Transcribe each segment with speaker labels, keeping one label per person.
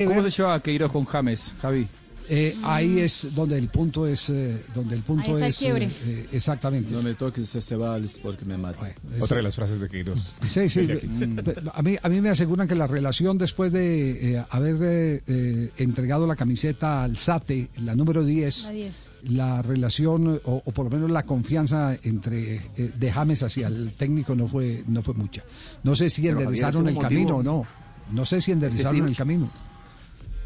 Speaker 1: ¿Cómo se lleva Queiroz con James, Javi?
Speaker 2: Eh, ahí es donde el punto es eh, donde el punto
Speaker 3: Ahí está el
Speaker 2: es
Speaker 3: quiebre.
Speaker 2: eh, exactamente.
Speaker 4: No me toques ese vals porque me matas.
Speaker 5: Otra de las frases de Queiroz.
Speaker 2: Sí, sí. pe- A mí, a mí me aseguran que la relación después de eh, haber eh, eh, entregado la camiseta al SATE, la número 10,
Speaker 3: La 10.
Speaker 2: la relación eh, o, o por lo menos la confianza entre eh, de James hacia el técnico no fue no fue mucha. No sé si
Speaker 6: Javier,
Speaker 2: enderezaron
Speaker 6: ¿es
Speaker 2: el
Speaker 6: un
Speaker 2: camino
Speaker 6: motivo?
Speaker 2: o no. No sé si enderezaron
Speaker 6: decir-
Speaker 2: el camino.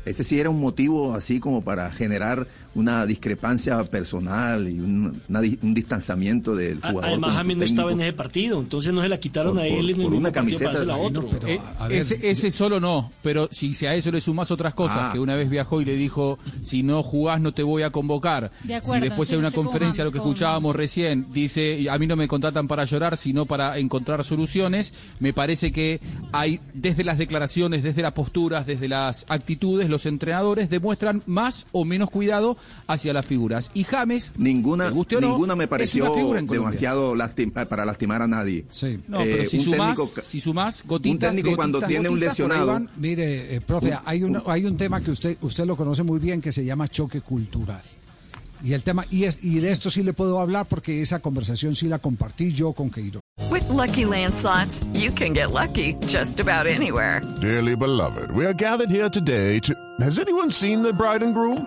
Speaker 6: Ese sí era un motivo así como para generar una discrepancia personal y un, una di- un distanciamiento del
Speaker 7: A-
Speaker 6: jugador.
Speaker 7: Además,
Speaker 6: con su
Speaker 7: James no estaba en
Speaker 6: técnico.
Speaker 7: ese partido, entonces no se la quitaron
Speaker 6: Por-
Speaker 7: a él
Speaker 6: por-
Speaker 7: en el
Speaker 6: por
Speaker 7: mismo
Speaker 6: una
Speaker 7: partido para
Speaker 6: camiseta,
Speaker 7: dársela a
Speaker 6: sí, no,
Speaker 7: otro.
Speaker 2: pero-
Speaker 1: Eh,
Speaker 2: a ver,
Speaker 1: ese, ese solo no, pero si, si a eso le sumás otras cosas,
Speaker 6: Ah.
Speaker 1: que una vez viajó y le dijo, si no jugás no te voy a convocar,
Speaker 3: De acuerdo,
Speaker 1: si después
Speaker 3: sí,
Speaker 1: hay una
Speaker 3: sí, con-
Speaker 1: conferencia, lo que
Speaker 3: con-
Speaker 1: escuchábamos recién, dice, a mí no me contratan para llorar, sino para encontrar soluciones, me parece que hay, desde las declaraciones, desde las posturas, desde las actitudes, los entrenadores demuestran más o menos cuidado hacia las figuras. Y James,
Speaker 6: Ninguna,
Speaker 1: te guste o no,
Speaker 6: ninguna me
Speaker 1: es una
Speaker 6: pareció
Speaker 1: figura en Colombia.
Speaker 6: demasiado lastim- para lastimar a nadie.
Speaker 2: Sí.
Speaker 1: No,
Speaker 6: Eh,
Speaker 1: pero si
Speaker 6: un
Speaker 1: sumás,
Speaker 6: técnico ca-
Speaker 1: si sumás gotitas,
Speaker 6: un técnico cuando
Speaker 1: gotitas,
Speaker 6: tiene un
Speaker 1: gotitas, por ahí
Speaker 6: lesionado-
Speaker 1: van
Speaker 2: Mire, eh, profe, hay un, hay un tema que usted, usted lo conoce muy bien que se llama choque cultural. Y el tema, y, es, y de esto sí le puedo hablar porque esa conversación sí la compartí yo con Queiroz.
Speaker 8: With Lucky Land slots, you can get lucky just about anywhere.
Speaker 5: Dearly beloved, we are gathered here today to. Has anyone seen the bride and groom?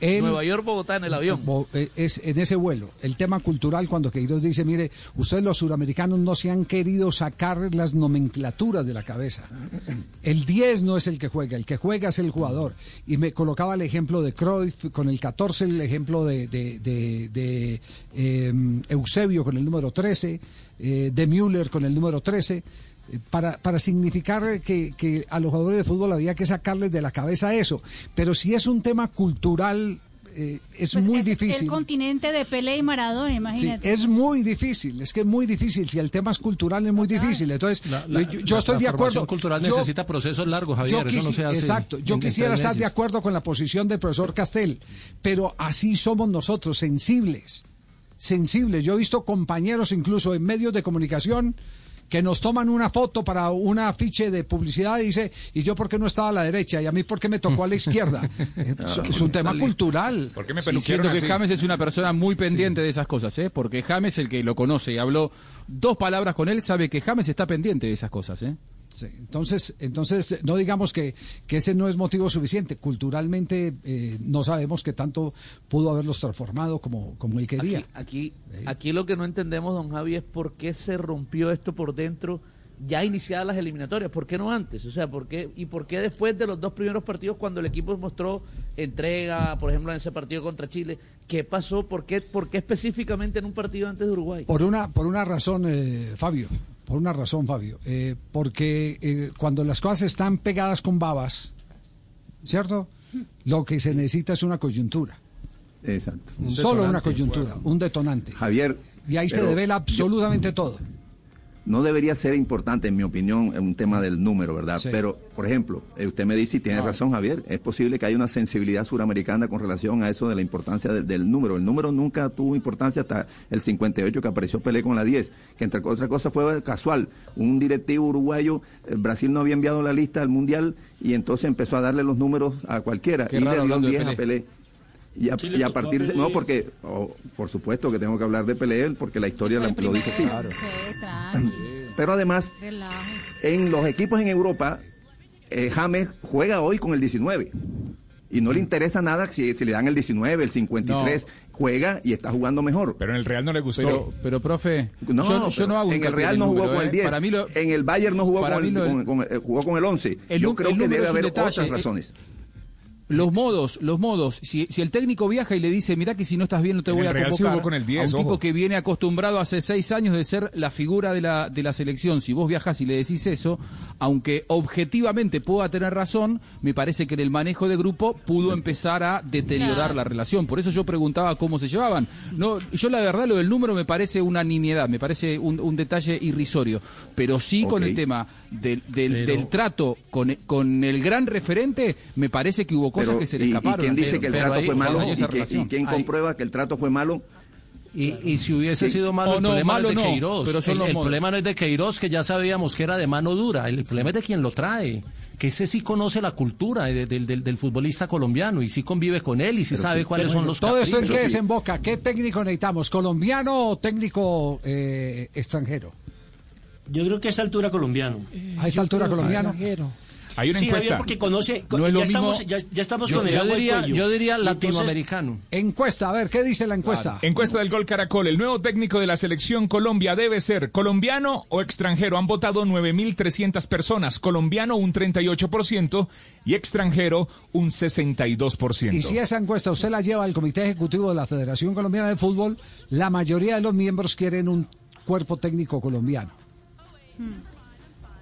Speaker 2: Él-
Speaker 4: York, Bogotá en el
Speaker 2: Bo- eh, es en ese vuelo, el tema cultural cuando Queiroz dice, mire, ustedes los suramericanos no se han querido sacar las nomenclaturas de la cabeza. El 10 no es el que juega, el que juega es el jugador. Y me colocaba el ejemplo de Cruyff, con el 14 el ejemplo de, de- de- de, eh, Eusebio con el número 13, eh, de Müller con el número 13. eh, Para, para significar que, que a los jugadores de fútbol había que sacarles de la cabeza eso. Pero si es un tema cultural, eh, es
Speaker 3: Pues
Speaker 2: muy
Speaker 3: es
Speaker 2: difícil.
Speaker 3: El continente de Pelé y Maradona,
Speaker 2: Sí,
Speaker 3: imagínate.
Speaker 2: es muy difícil, es que es muy difícil. Si el tema es cultural, es muy difícil. Entonces, yo, yo estoy de acuerdo.
Speaker 7: cultural
Speaker 2: Yo-
Speaker 7: necesita procesos largos, Javier.
Speaker 2: yo quisi- exacto, yo quisiera estar de acuerdo con la posición del profesor Castel, pero así somos nosotros, sensibles. Sensibles. Yo he visto compañeros, incluso en medios de comunicación, que nos toman una foto para un afiche de publicidad y dice, ¿y yo por qué no estaba a la derecha? ¿Y a mí por qué me tocó a la izquierda? Eh, es- es un tema cultural.
Speaker 5: ¿Por qué me
Speaker 1: Y
Speaker 5: peluquearon
Speaker 1: siento que
Speaker 5: así?
Speaker 1: James es una persona muy pendiente de esas cosas, ¿eh? Porque James, el que lo conoce y habló dos palabras con él, sabe que James está pendiente de esas cosas, ¿eh?
Speaker 2: Sí, entonces, entonces no digamos que, que ese no es motivo suficiente. Culturalmente eh, no sabemos qué tanto pudo haberlos transformado como, como él quería.
Speaker 4: Aquí, aquí lo que no entendemos, don Javi, es por qué se rompió esto por dentro ya iniciadas las eliminatorias. ¿Por qué no antes? O sea, ¿por qué, ¿y por qué después de los dos primeros partidos cuando el equipo mostró entrega, por ejemplo, en ese partido contra Chile? ¿Qué pasó? ¿Por qué, por qué específicamente en un partido antes de Uruguay?
Speaker 2: Por una, por una razón, eh, Fabio. Por una razón, Fabio. Eh, porque eh, cuando las cosas están pegadas con babas, ¿cierto? Lo que se necesita es una coyuntura.
Speaker 6: Exacto.
Speaker 2: Solo una coyuntura, un detonante.
Speaker 6: Javier.
Speaker 2: Y ahí se
Speaker 6: pero
Speaker 2: devela absolutamente todo.
Speaker 6: No debería ser importante, en mi opinión, un tema del número, ¿verdad?
Speaker 2: Sí.
Speaker 6: Pero, por ejemplo, eh, usted me dice, y
Speaker 1: Ah.
Speaker 6: tiene razón Javier, es posible que haya una sensibilidad suramericana con relación a eso de la importancia de- del número. El número nunca tuvo importancia hasta el 58 que apareció Pelé con la 10, que entre otras cosas fue casual. Un directivo uruguayo, eh, Brasil no había enviado la lista al Mundial y entonces empezó a darle los números a cualquiera
Speaker 1: Qué
Speaker 6: y
Speaker 1: raro
Speaker 6: le dio el
Speaker 1: hablando de
Speaker 6: 10 a
Speaker 1: Pelé.
Speaker 6: Pelé. Y a,
Speaker 7: Sí, le
Speaker 6: y a
Speaker 7: tocó a
Speaker 6: partir de...
Speaker 7: Pelé.
Speaker 6: No, porque, oh, por supuesto que tengo que hablar de Pelé porque la historia
Speaker 3: Fue
Speaker 6: la-
Speaker 3: el
Speaker 6: lo dice así.
Speaker 3: primero. Sí, tranqui,
Speaker 6: Pero además...
Speaker 3: relajo.
Speaker 6: En los equipos en Europa, eh, James juega hoy con el 19. Y no le interesa nada si, si le dan el 19, el 53. Juega y está jugando mejor.
Speaker 9: Pero en el Real no le gustó.
Speaker 1: Pero, pero profe,
Speaker 6: No,
Speaker 1: yo, yo
Speaker 6: pero
Speaker 1: no hago un
Speaker 6: en el
Speaker 1: cálculo
Speaker 6: Real
Speaker 1: de
Speaker 6: no jugó
Speaker 1: número,
Speaker 6: con el
Speaker 1: ¿eh?
Speaker 6: 10.
Speaker 1: Para mí lo-
Speaker 6: en el Bayern no jugó
Speaker 1: para
Speaker 6: con
Speaker 1: mí
Speaker 6: el,
Speaker 1: lo-
Speaker 6: con- con- eh, jugó con el 11.
Speaker 1: El nu-
Speaker 6: Yo
Speaker 1: el
Speaker 6: creo que
Speaker 1: número
Speaker 6: debe
Speaker 1: es un
Speaker 6: haber
Speaker 1: detalle,
Speaker 6: otras
Speaker 1: eh,
Speaker 6: razones.
Speaker 1: Los modos, los modos. Si, si el técnico viaja y le dice, mirá que si no estás bien no te
Speaker 9: En
Speaker 1: voy
Speaker 9: el
Speaker 1: a
Speaker 9: Real sí
Speaker 1: convocar.
Speaker 9: jugó con el 10,
Speaker 1: a un tipo
Speaker 9: ojo.
Speaker 1: que viene acostumbrado hace seis años de ser la figura de la, de la selección. Si vos viajas y le decís eso, aunque objetivamente pueda tener razón, me parece que en el manejo de grupo pudo empezar a deteriorar la relación. Por eso yo preguntaba cómo se llevaban. No, yo la verdad lo del número me parece una nimiedad, me parece un, un detalle irrisorio. Pero sí con
Speaker 6: Ok.
Speaker 1: el tema del, del,
Speaker 6: Pero-
Speaker 1: del trato con, con el gran referente, me parece que hubo cosas
Speaker 6: Pero,
Speaker 1: que se
Speaker 6: ¿y-
Speaker 1: le escaparon.
Speaker 6: ¿Y quién dice que el
Speaker 1: Pero
Speaker 6: trato
Speaker 1: ahí
Speaker 6: fue malo?
Speaker 1: dañó
Speaker 6: ¿Y,
Speaker 1: esa
Speaker 6: que- y
Speaker 1: relación.
Speaker 6: quién
Speaker 1: Ahí.
Speaker 6: comprueba que el trato fue malo?
Speaker 7: Y, y si hubiese sido malo,
Speaker 1: O
Speaker 7: el
Speaker 1: no,
Speaker 7: problema
Speaker 1: malo
Speaker 7: no es de
Speaker 1: no,
Speaker 7: Queiroz.
Speaker 1: pero son
Speaker 7: el,
Speaker 1: los
Speaker 7: el
Speaker 1: modos.
Speaker 7: problema no es de Queiroz, que ya sabíamos que era de mano dura. El, problema es de quien lo trae. Que ese sí conoce la cultura de- del, del- del futbolista colombiano y sí convive con él y sí sabe cuáles son los
Speaker 2: Todo esto en
Speaker 7: caprichos.
Speaker 2: qué desemboca, qué técnico necesitamos, colombiano o técnico eh, extranjero.
Speaker 10: Yo creo que a esta altura colombiano.
Speaker 2: A esta altura colombiano.
Speaker 9: Hay una
Speaker 7: Sí, Javier,
Speaker 9: encuesta.
Speaker 7: porque conoce,
Speaker 9: No es
Speaker 7: ya,
Speaker 9: lo
Speaker 7: estamos,
Speaker 9: mismo-
Speaker 7: ya, ya estamos
Speaker 9: Yo-
Speaker 7: con el
Speaker 9: yo
Speaker 7: agua al
Speaker 9: diría-
Speaker 7: cuello.
Speaker 9: yo diría
Speaker 7: Entonces,
Speaker 9: latinoamericano.
Speaker 2: Encuesta, a ver, ¿qué dice la
Speaker 7: Ah,
Speaker 2: encuesta?
Speaker 9: Encuesta del Gol Caracol. El nuevo técnico de la selección Colombia debe ser colombiano o extranjero. Han votado 9.300 personas. Colombiano un 38% y extranjero un 62%.
Speaker 2: Y si esa encuesta usted la lleva al Comité Ejecutivo de la Federación Colombiana de Fútbol, la mayoría de los miembros quieren un cuerpo técnico colombiano.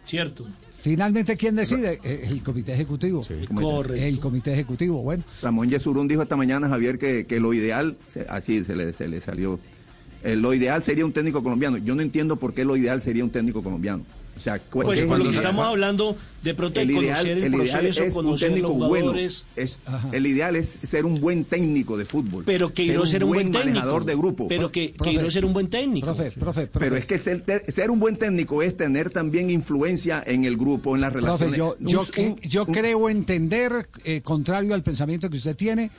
Speaker 7: Cierto.
Speaker 2: Finalmente, ¿quién decide? Eh, El Comité Ejecutivo.
Speaker 6: Correcto.
Speaker 2: El Comité Ejecutivo, bueno.
Speaker 6: Ramón Yesurún dijo esta mañana, Javier, que, que lo ideal, se- así se le, se le salió, eh, lo ideal sería un técnico colombiano. Yo no entiendo por qué lo ideal sería un técnico colombiano. O sea, cu-
Speaker 7: Pues
Speaker 6: ¿qué es
Speaker 7: por lo
Speaker 6: el
Speaker 7: que
Speaker 6: ideal?
Speaker 7: estamos hablando, de pronto el,
Speaker 6: el ideal,
Speaker 7: conocer el,
Speaker 6: el ideal
Speaker 7: proceso,
Speaker 6: es un
Speaker 7: conocer
Speaker 6: técnico
Speaker 7: los
Speaker 6: bueno.
Speaker 7: jugadores.
Speaker 6: Es, el ideal es ser un buen técnico de fútbol.
Speaker 7: Pero Queiroz
Speaker 6: ser
Speaker 7: era
Speaker 6: un
Speaker 7: un
Speaker 6: buen,
Speaker 7: buen técnico.
Speaker 6: manejador de grupo.
Speaker 7: Pero que- Profe, Queiroz era un buen técnico.
Speaker 2: Profe, profe, profe.
Speaker 6: Pero es que ser, te- ser un buen técnico es tener también influencia en el grupo, en las
Speaker 2: Profe,
Speaker 6: relaciones.
Speaker 2: yo,
Speaker 6: Un-
Speaker 2: yo,
Speaker 6: un-
Speaker 2: cre- yo creo entender, eh, contrario al pensamiento que usted tiene,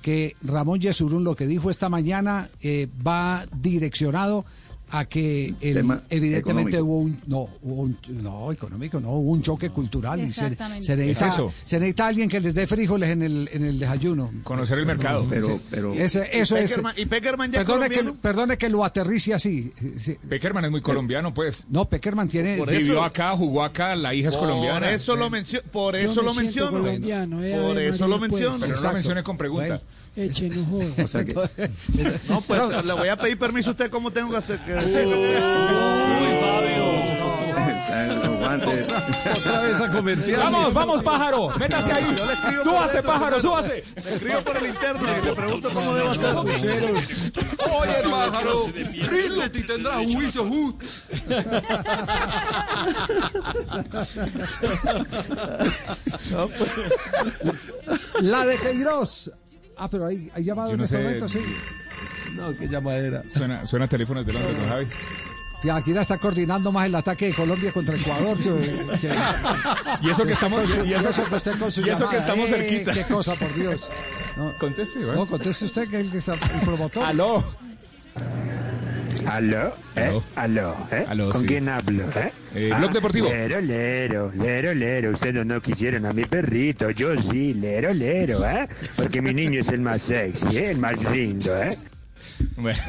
Speaker 2: que Ramón Yesurún lo que dijo esta mañana eh, va direccionado a que el-
Speaker 6: Tema
Speaker 2: evidentemente
Speaker 6: económico.
Speaker 2: hubo un no hubo un- no económico no hubo un choque cultural y se,
Speaker 3: Exactamente.
Speaker 2: se necesita,
Speaker 9: Es eso.
Speaker 2: se necesita alguien que les dé frijoles en el en el desayuno
Speaker 9: Conocer el mercado.
Speaker 6: Pero-
Speaker 2: Sí.
Speaker 6: pero-
Speaker 2: Ese- eso
Speaker 4: y
Speaker 2: es
Speaker 4: Peckerman- y Peckerman ya es
Speaker 2: perdone que
Speaker 4: colombiano. Eh,
Speaker 2: perdone que lo aterrice así sí.
Speaker 9: Peckerman es muy colombiano, pues.
Speaker 2: no Peckerman tiene
Speaker 4: Por
Speaker 9: Vivió
Speaker 4: eso-
Speaker 9: acá, jugó acá, la hija es
Speaker 4: Por
Speaker 9: colombiana.
Speaker 4: eso lo menciono. Por
Speaker 11: Yo
Speaker 4: eso
Speaker 11: me
Speaker 4: lo
Speaker 11: siento
Speaker 4: menciono.
Speaker 11: colombiano, eh,
Speaker 4: por
Speaker 11: Ave
Speaker 4: eso
Speaker 11: María,
Speaker 4: lo
Speaker 11: pues.
Speaker 4: menciono.
Speaker 9: Pero no la
Speaker 11: Exacto.
Speaker 9: menciones con pregunta.
Speaker 11: Eche, no joda.
Speaker 6: o sea que-
Speaker 4: No, pues le voy a pedir permiso a usted cómo tengo que hacer. que decirlo.
Speaker 6: Los guantes.
Speaker 7: Otra vez a comercial.
Speaker 9: Vamos, vamos, pájaro. Métase ahí.
Speaker 4: Yo le escribo por
Speaker 9: Súbase,
Speaker 4: interno,
Speaker 9: pájaro,
Speaker 4: Ricardo.
Speaker 9: súbase.
Speaker 4: Le escribo por el interno y le pregunto cómo debo hacerlo.
Speaker 1: Oye, pájaro, ríndete y tendrás un juicio justo.
Speaker 4: No, pues,
Speaker 2: la de Queiroz ah pero hay, hay llamado
Speaker 9: Yo
Speaker 2: en
Speaker 9: no
Speaker 2: este
Speaker 9: sé.
Speaker 2: momento sí
Speaker 7: No, qué llamadera.
Speaker 9: Suena, suena teléfonos de Londres, don Javi.
Speaker 2: Tibaquira está coordinando más el ataque de Colombia contra Ecuador que, que-
Speaker 9: Y eso que estamos, y eso,
Speaker 2: que usted con su
Speaker 9: y eso
Speaker 2: llamada.
Speaker 9: que estamos
Speaker 2: Eh,
Speaker 9: cerquita.
Speaker 2: Qué cosa, por Dios. No,
Speaker 9: Conteste, ¿eh?
Speaker 2: no, conteste usted que es el que está el promotor.
Speaker 9: Aló.
Speaker 12: Aló, ¿eh? Aló, ¿eh?
Speaker 9: Aló,
Speaker 12: ¿Con
Speaker 9: sí.
Speaker 12: quién hablo, eh?
Speaker 9: Eh, Blog Deportivo.
Speaker 12: Lero, lero, lero, lero. Ustedes no quisieron a mi perrito, yo sí, lero, lero, ¿eh? Porque mi niño es el más sexy, ¿eh? El más lindo, ¿eh?
Speaker 9: Bueno.